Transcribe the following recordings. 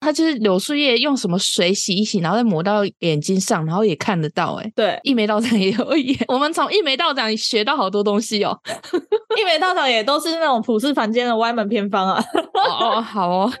它就是柳树叶用什么水洗一洗，然后再抹到眼睛上，然后也看得到、欸。哎，对，一眉道长也有演，我们从一眉道长学到好多东西哦。一眉道长也都是那种普世凡间的歪门偏方啊。 哦哦，好哦。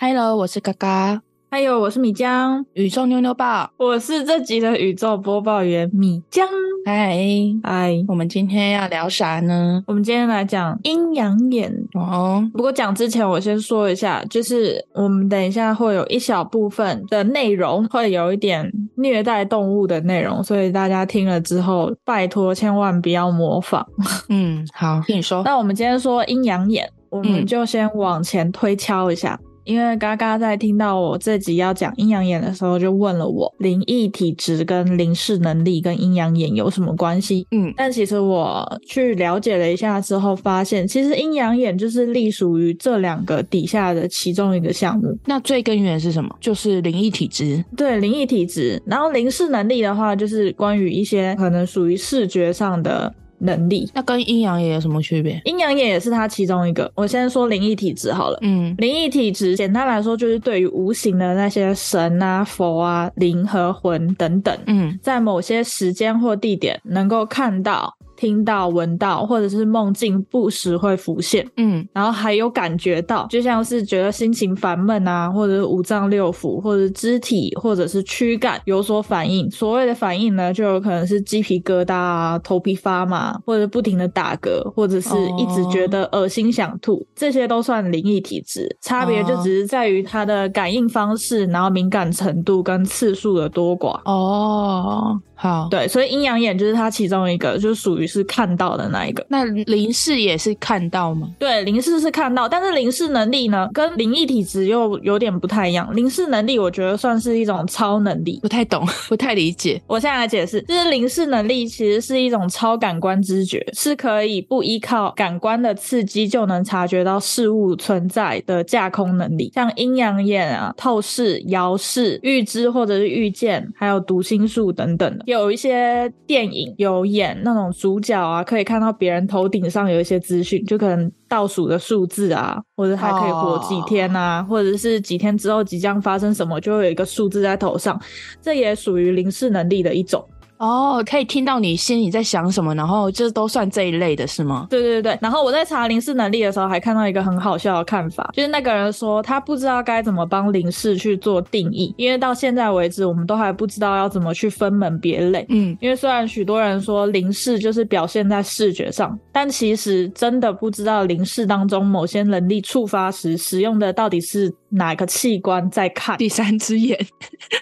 Hello，我是嘎嘎，还有我是米江，宇宙妞妞报。我是这集的宇宙播报员米江。嗨，哎，我们今天要聊啥呢？我们今天来讲阴阳眼。哦，不过讲之前，我先说一下，就是我们等一下会有一小部分的内容会有一点虐待动物的内容，所以大家听了之后，拜托千万不要模仿。嗯，好，听你说。那我们今天说阴阳眼，我们嗯就先往前推敲一下，因为嘎嘎在听到我这集要讲阴阳眼的时候，就问了我灵异体质跟灵视能力跟阴阳眼有什么关系。嗯但其实我去了解了一下之后，发现其实阴阳眼就是隶属于这两个底下的其中一个项目。那最根源是什么？就是灵异体质。对灵异体质，然后灵视能力的话，就是关于一些可能属于视觉上的能力。那跟阴阳眼有什么区别？阴阳眼也是它其中一个。我先说灵异体质好了。嗯灵异体质，简单来说就是对于无形的那些神啊、佛啊、灵和魂等等，嗯在某些时间或地点能够看到、听到、闻到，或者是梦境不时会浮现，嗯然后还有感觉到，就像是觉得心情烦闷啊，或者是五脏六腑，或者是肢体，或者是躯干有所反应。所谓的反应呢，就有可能是鸡皮疙瘩啊、头皮发麻，或者不停的打嗝，或者是一直觉得恶心想吐，这些都算灵异体质。差别就只是在于它的感应方式，然后敏感程度跟次数的多寡。哦，好。对，所以阴阳眼就是它其中一个，就是属于是看到的那一个。那灵视也是看到吗？对，灵视是看到，但是灵视能力呢，跟灵异体质又有点不太一样。灵视能力我觉得算是一种超能力。不太懂， 不太理解。我现在来解释，就是灵视能力其实是一种超感官知觉，是可以不依靠感官的刺激就能察觉到事物存在的架空能力，像阴阳眼啊、透视、遥视、预知或者是预见，还有读心术等等的。有一些电影有演那种主角啊，可以看到别人头顶上有一些资讯，就可能。倒数的数字啊，或者还可以活几天啊或者是几天之后即将发生什么，就会有一个数字在头上。这也属于灵视能力的一种。哦，可以听到你心里在想什么，然后这都算这一类的是吗？对对对对。然后我在查灵视能力的时候，还看到一个很好笑的看法，就是那个人说他不知道该怎么帮灵视去做定义，因为到现在为止，我们都还不知道要怎么去分门别类。嗯，因为虽然许多人说灵视就是表现在视觉上，但其实真的不知道灵视当中某些能力触发时使用的到底是哪个器官在看。第三只眼。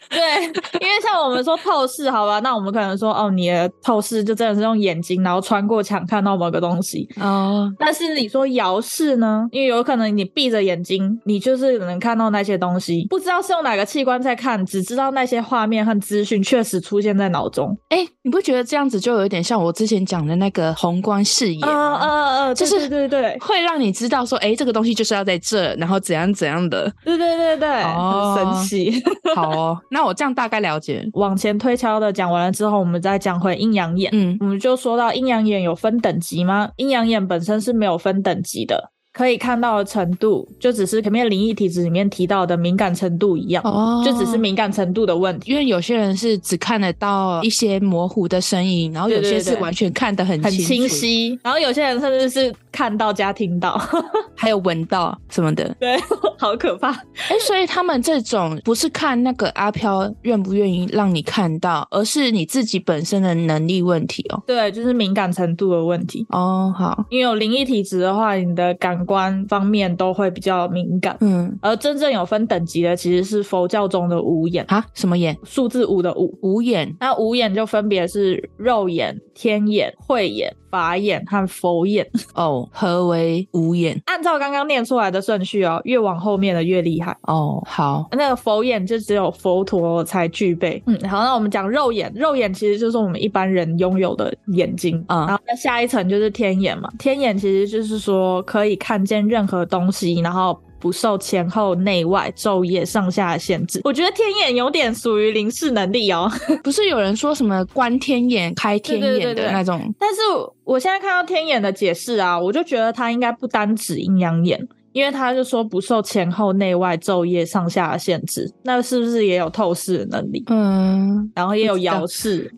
对，因为像我们说透视，好吧，那我们可能说哦，你的透视就真的是用眼睛，然后穿过墙看到某个东西。哦，但是你说遥视呢？因为有可能你闭着眼睛，你就是能看到那些东西，不知道是用哪个器官在看，只知道那些画面和资讯确实出现在脑中。哎、你不觉得这样子就有一点像我之前讲的那个宏观视野嗯吗？嗯嗯，哦就就是是对对对会让你知道说，哎、这个东西就是要在这，然后怎样怎样的。对对对对，哦很神奇。 好哦， 那我这样大概了解。往前推敲的讲完了之后，我们再讲回阴阳眼。嗯我们就说到阴阳眼有分等级吗？阴阳眼本身是没有分等级的，可以看到的程度就只是前面灵异体质里面提到的敏感程度一样，哦就只是敏感程度的问题。因为有些人是只看得到一些模糊的身影，然后有对对些对是完全看得很很楚清，晰，然后有些人甚至是看到加听到， 还有闻到什么的。对，好可怕。哎，所以他们这种不是看那个阿飘愿不愿意让你看到，而是你自己本身的能力问题哦。对，就是敏感程度的问题。哦，好，因为有灵异体质的话，你的感官方面都会比较敏感。嗯，而真正有分等级的，其实是佛教中的五眼，啊，什么眼？数字五的五。无眼那五眼就分别是肉眼、天眼、慧眼、法眼和佛眼。哦，何为无眼？按照刚刚念出来的顺序哦，越往后面的越厉害。哦， 好，那个佛眼就只有佛陀才具备。嗯，好，那我们讲肉眼，肉眼其实就是我们一般人拥有的眼睛嗯然后那下一层就是天眼嘛，天眼其实就是说可以看见任何东西，然后。不受前后内外昼夜上下的限制。我觉得天眼有点属于灵视能力哦，不是有人说什么关天眼、开天对对眼对的对那种，但是我现在看到天眼的解释啊，我就觉得它应该不单指阴阳眼。因为他就说不受前后内外昼夜上下的限制，那是不是也有透视的能力？嗯然后也有不知道遥视，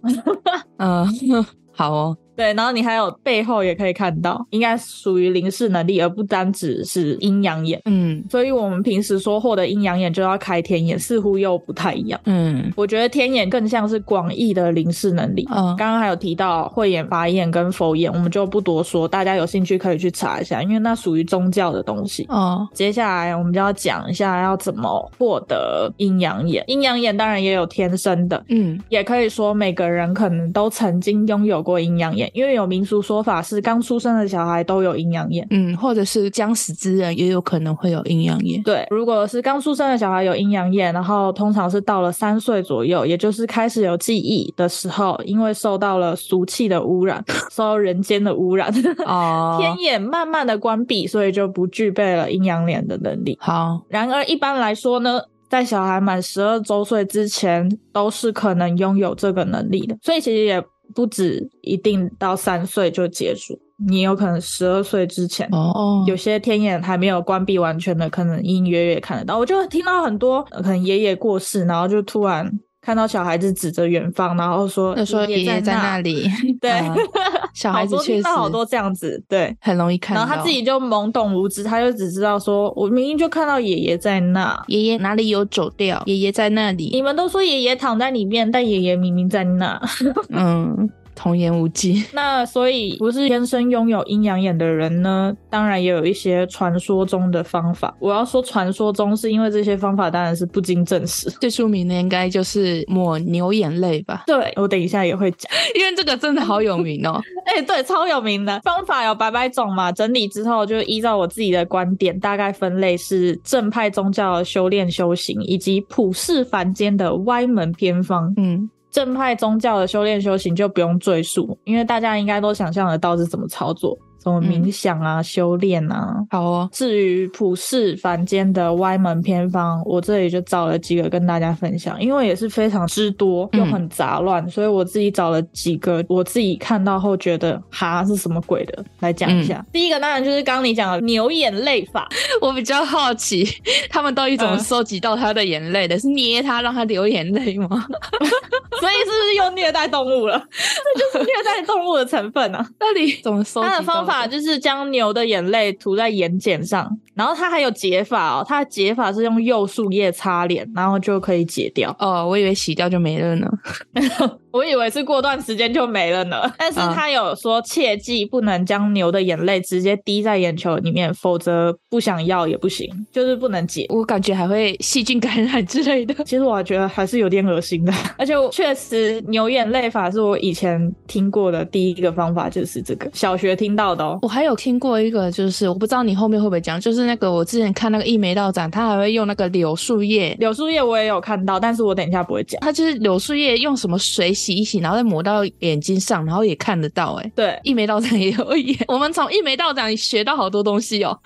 嗯、 呃好哦，对，然后你还有背后也可以看到，应该属于灵视能力，而不单只是阴阳眼。嗯所以我们平时说获得阴阳眼就要开天眼，似乎又不太一样。嗯我觉得天眼更像是广义的灵视能力。嗯刚刚还有提到慧眼、法眼跟佛眼，我们就不多说，大家有兴趣可以去查一下，因为那属于宗教的东西。哦，接下来我们就要讲一下要怎么获得阴阳眼。阴阳眼当然也有天生的，嗯也可以说每个人可能都曾经拥有过阴阳眼，因为有民俗说法是刚出生的小孩都有阴阳眼。嗯，或者是将死之人也有可能会有阴阳眼，对，如果是刚出生的小孩有阴阳眼，然后通常是到了三岁左右，也就是开始有记忆的时候，因为受到了俗气的污染， 受到人间的污染， 哦， 天眼慢慢的关闭，所以就不具备了阴阳眼的能力。好，然而一般来说呢，在小孩满十二周岁之前，都是可能拥有这个能力的，所以其实也不止一定到三岁就结束，你有可能十二岁之前。哦，有些天眼还没有关闭完全的，可能隐隐约约看得到。我就听到很多呃可能爷爷过世，然后就突然看到小孩子指着远方，然后说那说爷爷在那里。里， 对，啊小孩好子多确听实到好多这样子，对。很容易看然到，后他自己就懵懂无知，他就只知道说，我明明就看到爷爷在那，爷爷哪里有走掉，爷爷在那里，你们都说爷爷躺在里面，但爷爷明明在那。 嗯，童言无忌， 那所以不是天生拥有阴阳眼的人呢，当然也有一些传说中的方法。我要说传说中，是因为这些方法当然是不经证实。最出名的应该就是抹牛眼泪吧，对我等一下也会讲。 因为这个真的好有名哦， 哎、对，超有名的方法有百百种嘛。整理之后，就依照我自己的观点，大概分类是正派宗教的修炼修行，以及普世凡间的歪门偏方。 嗯正派宗教的修炼修行就不用赘述，因为大家应该都想象得到是怎么操作，什么冥想啊、修炼啊。好哦，至于普世凡间的歪门偏方，我这里就找了几个跟大家分享，因为也是非常之多嗯又很杂乱，所以我自己找了几个我自己看到后觉得哈是什么鬼的来讲一下。嗯第一个当然就是刚刚你讲的牛眼泪法， 我比较好奇， 他们到底怎么嗯收集到他的眼泪的？是捏他让他流眼泪吗？所以是不是又虐待动物了？这就是虐待动物的成分 啊！ 到 底怎么收集到？他的方法，就是将牛的眼泪涂在眼睑上，然后他还有解法哦，他的解法是用柚树叶擦脸，然后就可以解掉。哦，我以为洗掉就没了呢。我以为是过段时间就没了呢，但是他有说切记不能将牛的眼泪直接滴在眼球里面，否则不想要也不行，就是不能解。我感觉还会细菌感染之类的。其实我还觉得还是有点恶心的， 而且我确实牛眼泪法是我以前听过的第一个方法，就是这个小学听到的哦。 我还有听过一个，就是我不知道你后面会不会讲，就是那个我之前看那个一眉道长，他还会用那个柳树叶，柳树叶我也有看到，但是我等一下不会讲。他就是柳树叶用什么水洗一洗，然后再抹到眼睛上，然后也看得到、欸。哎，对，一眉道长也有演， 我们从一眉道长学到好多东西哦。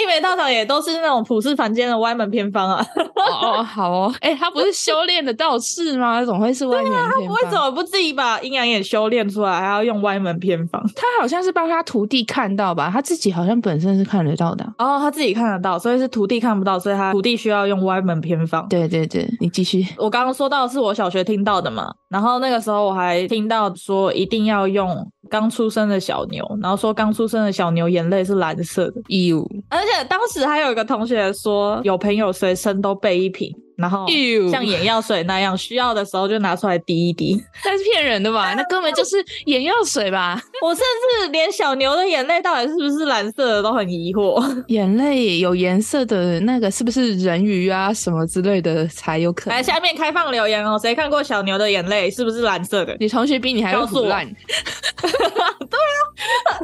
一眉道长也都是那种普世凡间的歪门偏方啊，哦 哦，好哦，哎、他不是修炼的道士吗？怎么会是外面偏 为什方？么不自己把阴阳眼修炼出来，还要用歪门偏方？他好像是帮他徒弟看到吧，他自己好像本身是看得到的啊、哦，他自己看得到，所以是徒弟看不到，所以他徒弟需要用歪门偏方。对对对，你继续。我刚刚说到是我小学听到的嘛，然后那个时候我还听到说一定要用刚出生的小牛，然后说刚出生的小牛眼泪是蓝色的， You 而且当时还有一个同学说有朋友随身都备一瓶，然哦后 you，像眼药水那样，需要的时候就拿出来滴一滴。那是骗人的 吧？那根本就是眼药水吧？我甚至连小牛的眼泪到底是不是蓝色的都很疑惑。眼泪有颜色的那个是不是人鱼啊什么之类的才有可来，能？下面开放留言哦，谁看过小牛的眼泪是不是蓝色的？ 你同学比你还会告诉腐我烂，啊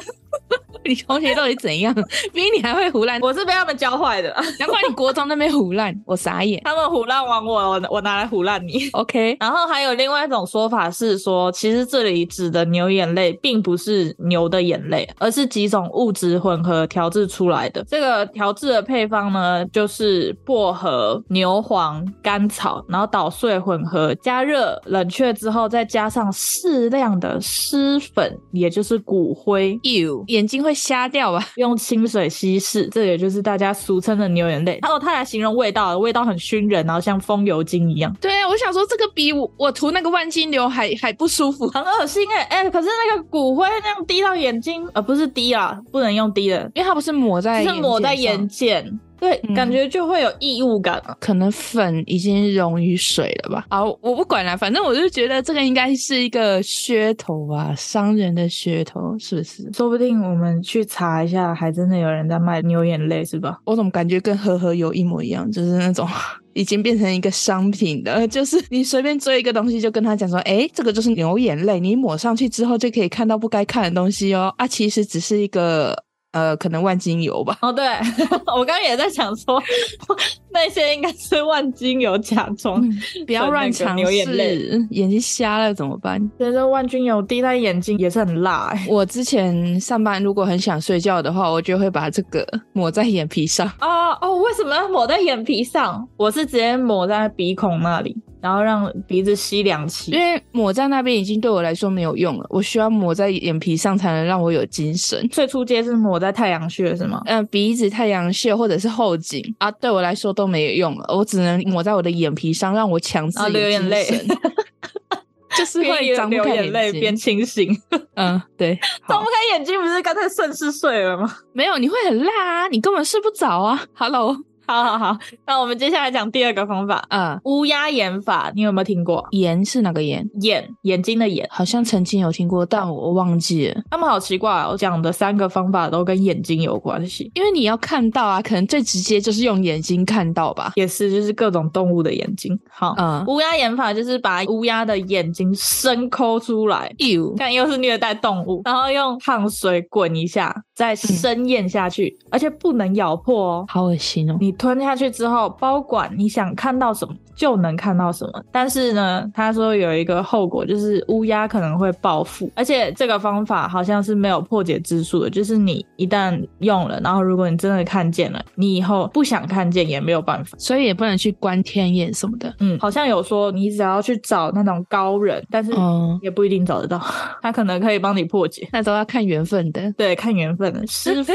你同学到底怎样？比你还会胡乱，我是被他们教坏的， 难怪你国中那边胡乱，我傻眼。他们胡乱玩我，我我拿来胡乱你。 OK，然后还有另外一种说法是说，其实这里指的牛眼泪并不是牛的眼泪，而是几种物质混合调制出来的。这个调制的配方呢，就是薄荷、牛黄、甘草，然后捣碎混合，加热冷却之后，再加上适量的湿粉，也就是骨灰， you 眼睛会瞎掉吧？用清水稀释，这也就是大家俗称的牛眼泪。还有它来形容味道，味道很熏人，然后像风油精一样。对啊，我想说这个比我我涂那个万金油还还不舒服。很恶心哎、欸、哎、可是那个骨灰那样滴到眼睛，呃，不是滴啦，不能用滴的，因为它不是抹在，就是抹在眼，睑，对，嗯感觉就会有异物感啊。可能粉已经溶于水了吧？啊，我不管了，反正我就觉得这个应该是一个噱头吧，商人的噱头是不是？说不定我们去查一下，还真的有人在卖牛眼泪，是吧？我怎么感觉跟和和油一模一样，就是那种 已经变成一个商品的，就是你随便追一个东西就跟他讲说，哎，这个就是牛眼泪，你抹上去之后就可以看到不该看的东西哦。啊，其实只是一个呃，可能万金油吧。哦，对， 我刚刚也在想说，那些应该是万金油假装，不要乱尝牛眼泪试，眼睛瞎了怎么办？觉得万金油滴在眼睛也是很辣、欸。我之前上班如果很想睡觉的话，我就会把这个抹在眼皮上。啊哦，为什么要抹在眼皮上？我是直接抹在鼻孔那里，然后让鼻子吸凉气因。为抹在那边已经对我来说没有用了，我需要抹在眼皮上才能让我有精神。最初阶是抹在太阳穴是吗？嗯、鼻子、太阳穴或者是后颈啊，对我来说都没有用了，我只能抹在我的眼皮上，让我强制然后啊流有眼精泪神 就是会张不流开眼泪睛边清醒，嗯，对， 张好不开眼睛不是刚才顺势睡了吗？没有你会很辣啊，你根本睡不着啊。Hello， 好好好，那我们接下来讲第二个方法，啊、乌鸦眼法，你有没有听过？盐是哪个盐？眼眼睛的眼，好像曾经有听过，但我忘记了。他们好奇怪、哦，我讲的三个方法都跟眼睛有关系，因为你要看到啊，可能最直接就是用眼睛看到吧。也是就是各种动物的眼睛。好，嗯乌鸦眼法就是把乌鸦的眼睛深抠出来， you 但又是虐待动物，然后用烫水滚一下，再深咽下去，而且不能咬破哦。好恶心哦。你吞下去之后，包管你想看到什么就能看到什么。但是呢，他说有一个后果，就是乌鸦可能会报复，而且这个方法好像是没有破解之术的，就是你一旦用了，然后如果你真的看见了，你以后不想看见也没有办法。所以也不能去关天眼什么的。嗯，好像有说你只要去找那种高人，但是哦、也不一定找得到， 他可能可以帮你破解。那都要看缘分的。对，看缘分了。师傅，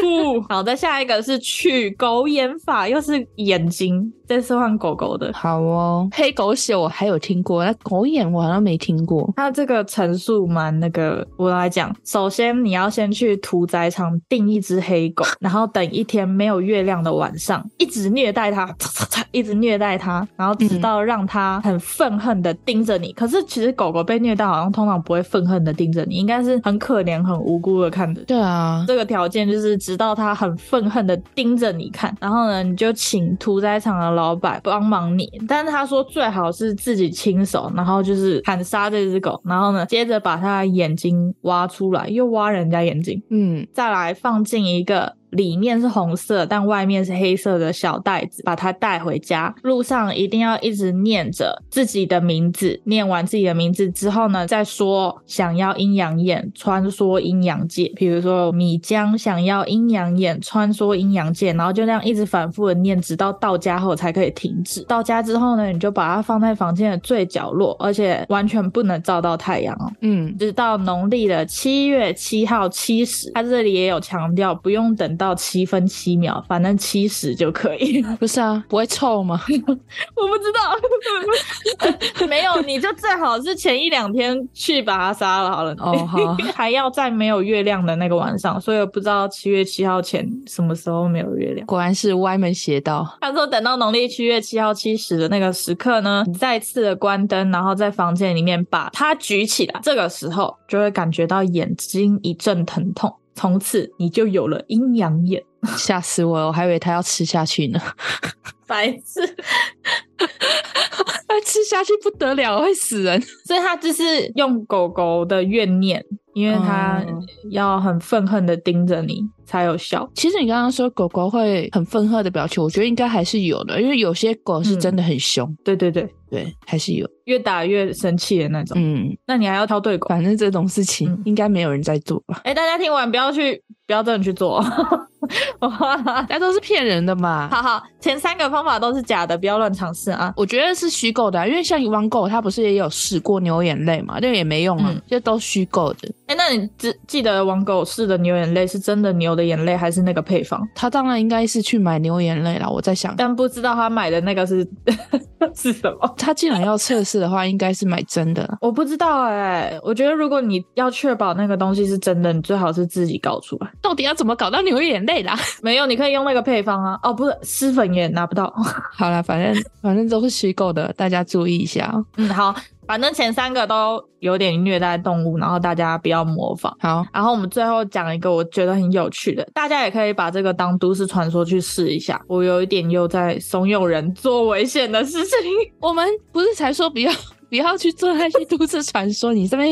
好的，下一个是取狗眼法，又是眼睛，这是换狗狗的。好哦，黑狗血我还有听过，那狗眼我好像没听过。它这个陈述蛮那个，我来讲。首先，你要先去屠宰场订一只黑狗，然后等一天没有月亮的晚上，一直虐待它，嚓嚓嚓，一直虐待它，然后直到让它很愤恨的盯着你。可是其实狗狗被虐待，好像通常不会愤恨的盯着你，应该是很可怜、很无辜的看着。对啊，这个条件就是，直到他很愤恨的盯着你看，然后呢，你就请屠宰场的老板帮忙你。但是他说最好是自己亲手，然后就是砍杀这只狗，然后呢，接着把它的眼睛挖出来，又挖人家眼睛，嗯，再来放进一个。里面是红色，但外面是黑色的小袋子，把它带回家。路上一定要一直念着自己的名字，念完自己的名字之后呢，再说想要阴阳眼，穿梭阴阳界。比如说米江想要阴阳眼，穿梭阴阳界，然后就那样一直反复的念，直到到家后才可以停止。到家之后呢，你就把它放在房间的最角落，而且完全不能照到太阳哦。嗯，直到农历的七月七号七十，他这里也有强调，不用等到七分七秒，反正七十就可以。不是啊，不会臭吗？ 我不知道， 没有，你就最好是前一两天去把它杀了好了。 哦好还要在没有月亮的那个晚上，所以我不知道七月七号前什么时候没有月亮。果然是歪门邪道。他说，等到农历七月七号七十的那个时刻呢，你再次的关灯，然后在房间里面把它举起来，这个时候就会感觉到眼睛一阵疼痛，从此你就有了阴阳眼。吓死我了，我还以为他要吃下去 呢。白痴，他吃下去不得了，会死人。所以他就是用狗狗的怨念因为它嗯要很愤恨的盯着你才有效。其实你刚刚说狗狗会很愤恨的表情，我觉得应该还是有的，因为有些狗是真的很凶，对对对，对，还是有。越打越生气的那种。嗯，那你还要挑对狗？反正这种事情嗯应该没有人在做吧？哎、大家听完不要去，不要真的去做 哦。哇大家都是骗人的嘛。好好，前三个方法都是假的，不要乱尝试啊。我觉得是虚构的、啊，因为像网狗，它不是也有试过牛眼泪嘛，但也没用啊嗯，这、都虚构的。哎、那你记记得网狗式的牛眼泪是真的牛的眼泪，还是那个配方？它当然应该是去买牛眼泪啦。我在想，但不知道他买的那个是 是什么。它既然要测试的话，应该是买真的啦。我不知道哎、我觉得如果你要确保那个东西是真的，你最好是自己搞出来。到底要怎么搞到牛眼泪啦？没有，你可以用那个配方啊。哦，不是，施粉也拿不到。好啦，反正反正都是虚构的，大家注意一下、哦。嗯，好，反正前三个都有点虐待动物，然后大家不要模仿。好，然后我们最后讲一个我觉得很有趣的，大家也可以把这个当都市传说去试一下。我有一点又在怂恿人做危险的事情， 我们不是才说不要 不要去做那些都市传说？你这 边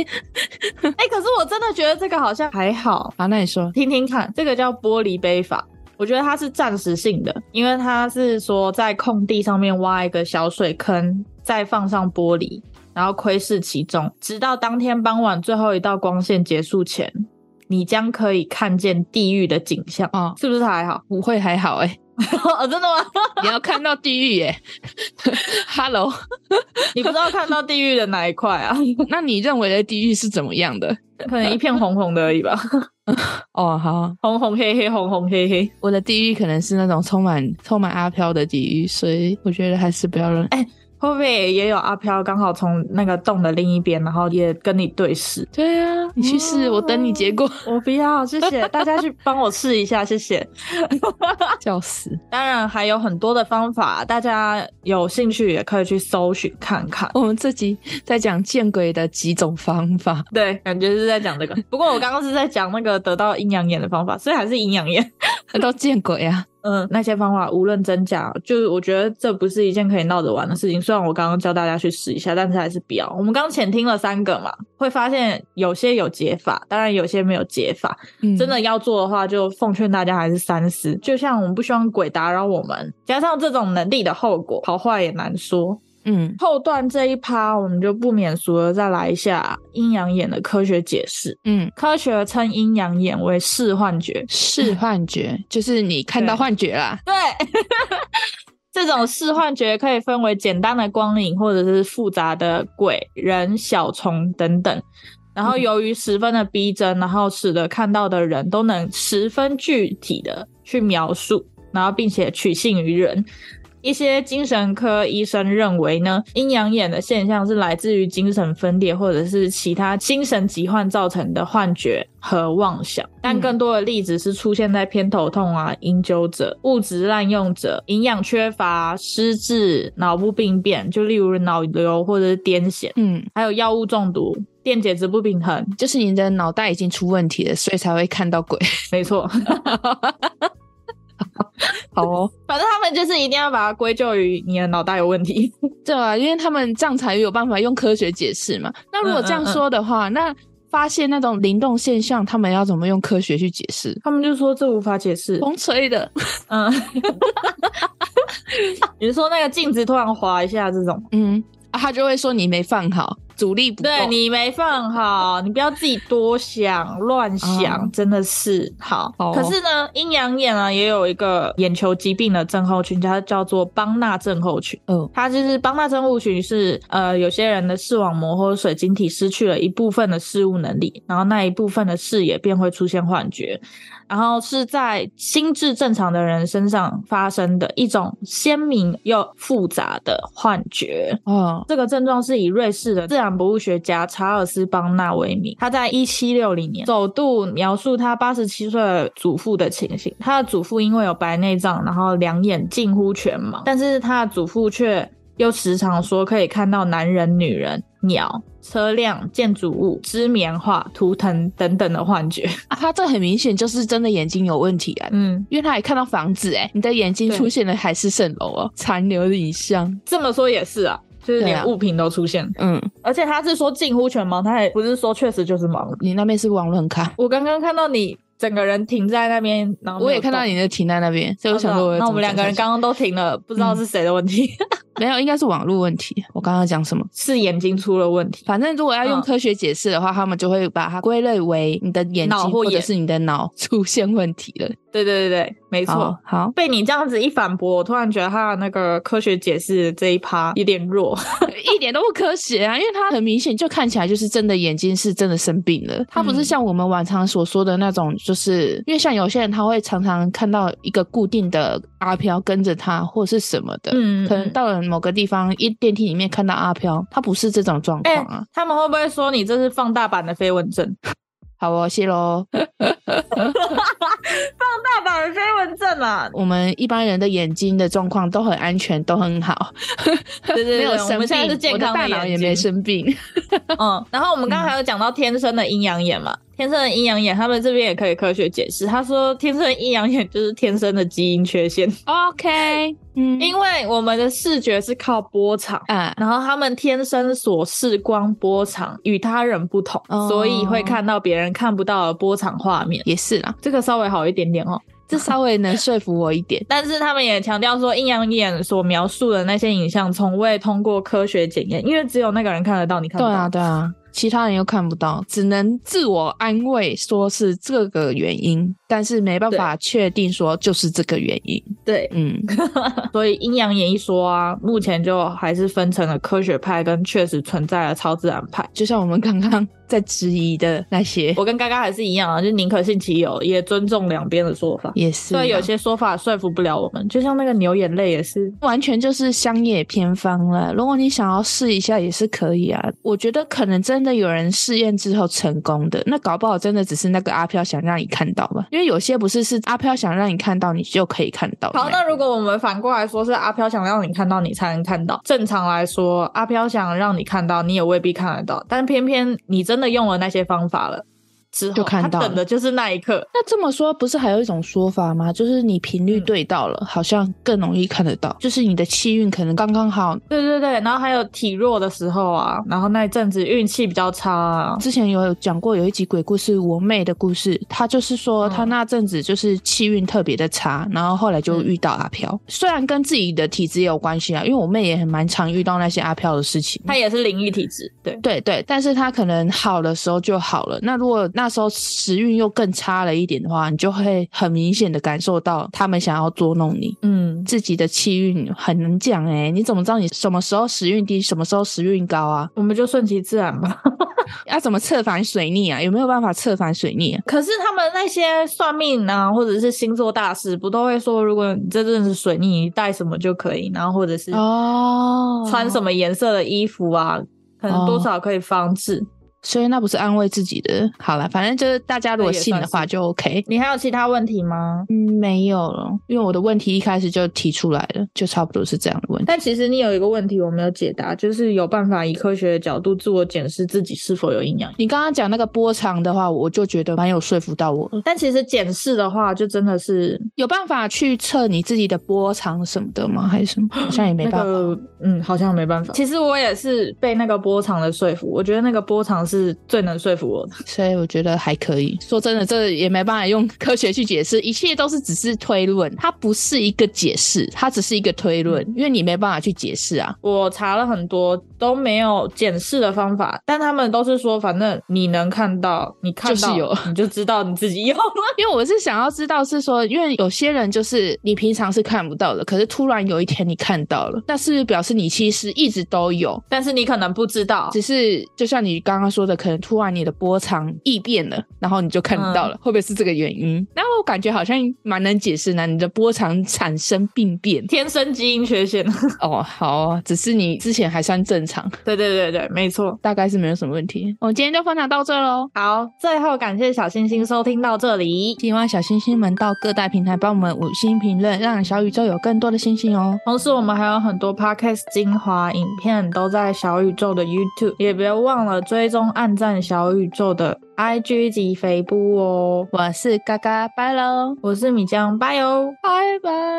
哎、可是我真的觉得这个好像还好，啊好，那你说，听听看，这个叫玻璃杯法。我觉得它是暂时性的，因为它是说在空地上面挖一个小水坑，再放上玻璃，然后窥视其中，直到当天傍晚最后一道光线结束前，你将可以看见地狱的景象。哦是不是还好？ 不会还好哎、哦，真的吗？你要看到地狱耶、Hello， 你不知道看到地狱的哪一块啊？那你认为的地狱是怎么样的？ 可能一片红红的而已吧，哦，好， 红红黑黑，红红黑黑。我的地狱可能是那种充满充满阿飘的地狱，所以我觉得还是不要乱。会不会也有阿飘刚好从那个洞的另一边，然后也跟你对视？对啊，你去试，我等你结果。我不要，谢谢大家去帮我试一下，谢谢。哦笑死！ 当然还有很多的方法，大家有兴趣也可以去搜寻看看。我们这集在讲见鬼的几种方法。 对，感觉是在讲这个。不过我刚刚是在讲那个得到阴阳眼的方法，所以还是阴阳眼。都见鬼啊！嗯，那些方法无论真假，就是我觉得这不是一件可以闹着玩的事情。虽然我刚刚教大家去试一下，但是还是不要。我们刚浅听了三个嘛，会发现有些有解法，当然有些没有解法。嗯真的要做的话，就奉劝大家还是三思。就像我们不希望鬼打扰我们，加上这种能力的后果，好坏也难说。嗯，后段这一趴，我们就不免俗的再来一下阴阳眼的科学解释。嗯，科学称阴阳眼为视幻觉，是幻觉，就是你看到对幻觉啦。对， 这种视幻觉可以分为简单的光影，或者是复杂的鬼、人、小虫等等。然后嗯由于十分的逼真，然后使得看到的人都能十分具体的去描述，然后并且取信于人。一些精神科医生认为呢，阴阳眼的现象是来自于精神分裂或者是其他精神疾患造成的幻觉和妄想，但更多的例子是出现在偏头痛啊、饮酒者、物质滥用者、营养缺乏、失智、脑部病变，就例如脑瘤或者是癫痫，嗯，还有药物中毒、电解质不平衡。就是你的脑袋已经出问题了，所以才会看到鬼。 没错，好哦，反正他们就是一定要把它归咎于你的脑袋有问题。 对啊，因为他们这样才有办法用科学解释嘛。那如果嗯这样说的话，那发现那种灵动现象，他们要怎么用科学去解释？他们就说这无法解释。风吹 的，嗯，你是说那个镜子突然滑一下这种？嗯，啊、他就会说你没放好，阻力不够。对你没放好，你不要自己多想乱想，嗯真的是好。好哦可是呢，阴阳眼啊也有一个眼球疾病的症候群，它叫做邦纳症候群。哦，它就是邦纳症候群是呃，有些人的视网膜或者水晶体失去了一部分的视物能力，然后那一部分的视野便会出现幻觉，然后是在心智正常的人身上发生的一种鲜明又复杂的幻觉。哦，这个症状是以瑞士的自然博物学家查尔斯·邦纳为名，他在一七六零年首度描述他八十七岁的祖父的情形。他的祖父因为有白内障，然后两眼近乎全盲，但是他的祖父却又时常说可以看到男人、女人、鸟、车辆、建筑物、织棉花、图腾等等的幻觉。 啊，他这很明显就是真的眼睛有问题啊。嗯，因为他也看到房子哎、你的眼睛对出现了海市蜃楼哦，残留的影像。这么说也是啊，就是对连啊物品都出现，嗯，而且他是说近乎全盲，他也不是说确实就是盲。你那边是网论卡，我刚刚看到你整个人停在那边，然后我也哦没有动看到你的停在那边，所以我想说哦我要是啊那我嗯怎么们两个讲人下去刚刚都停了，不知道是谁的问题，没有，应该是网络问题。我刚刚讲什么？ 是眼睛出了问题。反正如果要用嗯科学解释的话，他们就会把它归类为你的眼脑睛或或者眼是你的脑出现问题了。 对对对对，没错好。好， 被你这样子一反驳，我突然觉得他的那个科学解释这一趴有点弱。一点都不科学啊，因为它很明显就看起来就是真的眼睛是真的生病了，它不是嗯像我们往常所说的那种，就是、因为像有些人他会常常看到一个固定的阿飘跟着他或是什么的。嗯可能到了某个地方，一电梯里面看到阿飘，他不是这种状哎、况啊。他们会不会说你这是放大版的飞蚊症？好哦，谢喽。放大版的飞蚊症啊！我们一般人的眼睛的状况都很安全，都很好， 对对对，没有我生们现在病，是健我的康大的脑眼也没睛。生 病。嗯，然后我们刚才有讲到天生的阴阳眼嘛，天生的阴阳眼，他们这边也可以科学解释。他说，天生的阴阳眼就是天生的基因缺陷， OK，嗯，因为我们的视觉是靠波长。啊，然后他们天生所视光波长与他人不同，哦所以会看到别人看不到的波长画面。也是啦，这个稍微好一点点哦。这稍微能说服我一点。但是他们也强调说，阴阳眼所描述的那些影像从未通过科学检验，因为只有那个人看得到，你 看不对到。啊，对啊，其他人又看不到，只能自我安慰说是这个原因，但是没办法确定说就是这个原因。对， 嗯，所以阴阳眼一说啊，目前就还是分成了科学派跟确实存在的超自然派。就像我们刚刚在质疑的那些，我跟刚刚还是一样啊，就宁可信其有，也尊重两边的说法。也是啊，所以有些说法说服不了我们，就像那个牛眼泪也是，完全就是乡野偏方了。如果你想要试一下也是可以啊。我觉得可能真的有人试验之后成功的，那搞不好真的只是那个阿飘想让你看到吧。因为有些不是是阿飘想让你看到，你就可以看到。好，那如果我们反过来说，是阿飘想让你看到，你才能看到。正常来说，阿飘想让你看到，你也未必看得到。但偏偏你真的用了那些方法了之后，就看到他了等的就是那一刻。那这么说，不是还有一种说法吗？就是你频率对到了，好像更容易看得到，就是你的气运可能刚刚好。对对对，然后还有体弱的时候啊，然后那一阵子运气比较差啊。之前有讲过有一集鬼故事，我妹的故事，她就是说嗯她那阵子就是气运特别的差，然后后来就遇到阿飘。虽然跟自己的体质也有关系啊，因为我妹也很蛮常遇到那些阿飘的事情。他也是灵异体质，对，对对，但是她可能好的时候就好了。那如果那时候时运又更差了一点的话，你就会很明显的感受到他们想要捉弄你。嗯，自己的气运很能讲哎、你怎么知道你什么时候时运低，什么时候时运高啊？我们就顺其自然吧。 要、怎么测反水逆啊？有没有办法测反水逆、啊？可是他们那些算命啊，或者是星座大师，不都会说，如果你这阵子水逆，你带什么就可以，然后或者是哦穿什么？么颜色的衣服啊，可能多少可以防治。所以那不是安慰自己的。好了，反正就是大家如果信的话就 OK。你还有其他问题吗？嗯，没有了，因为我的问题一开始就提出来了，就差不多是这样的问题。但其实你有一个问题我没有解答，就是有办法以科学的角度自我检视自己是否有营养。你刚刚讲那个波长的话，我就觉得蛮有说服到我了。但其实检视的话，就真的是有办法去测你自己的波长什么的吗？还是什么？好像也没那办法。个，嗯，好像没办法。其实我也是被那个波长的说服，我觉得那个波长是最能说服我的。所以我觉得还可以。说真的，这也没办法用科学去解释，一切都是只是推论，它不是一个解释，它只是一个推论，因为你没办法去解释啊。我查了很多都没有检视的方法，但他们都是说，反正你能看到，你看就是到有 你就知道你自己有了。因为我是想要知道，是说，因为有些人就是你平常是看不到的，可是突然有一天你看到了，那是不是表示你其实一直都有？但是你可能不知道，只是就像你刚刚说的，可能突然你的波长异变了，然后你就看不到了，会不会是这个原因？然后我感觉好像蛮能解释呢，你的波长产生病变。天生基因缺陷。 哦，好哦只是你之前还算正常，对对对对，没错。大概是没有什么问题。我们今天就分享到这喽。好，最后感谢小星星收听到这里，希望小星星们到各大平台帮我们五星评论，让小宇宙有更多的星星哦。同时我们还有很多 podcast 精华影片都在小宇宙的 YouTube，也别忘了追踪、按赞小宇宙的 IG 及肥布哦。我是嘎嘎，拜喽，我是米江，拜哦。拜拜。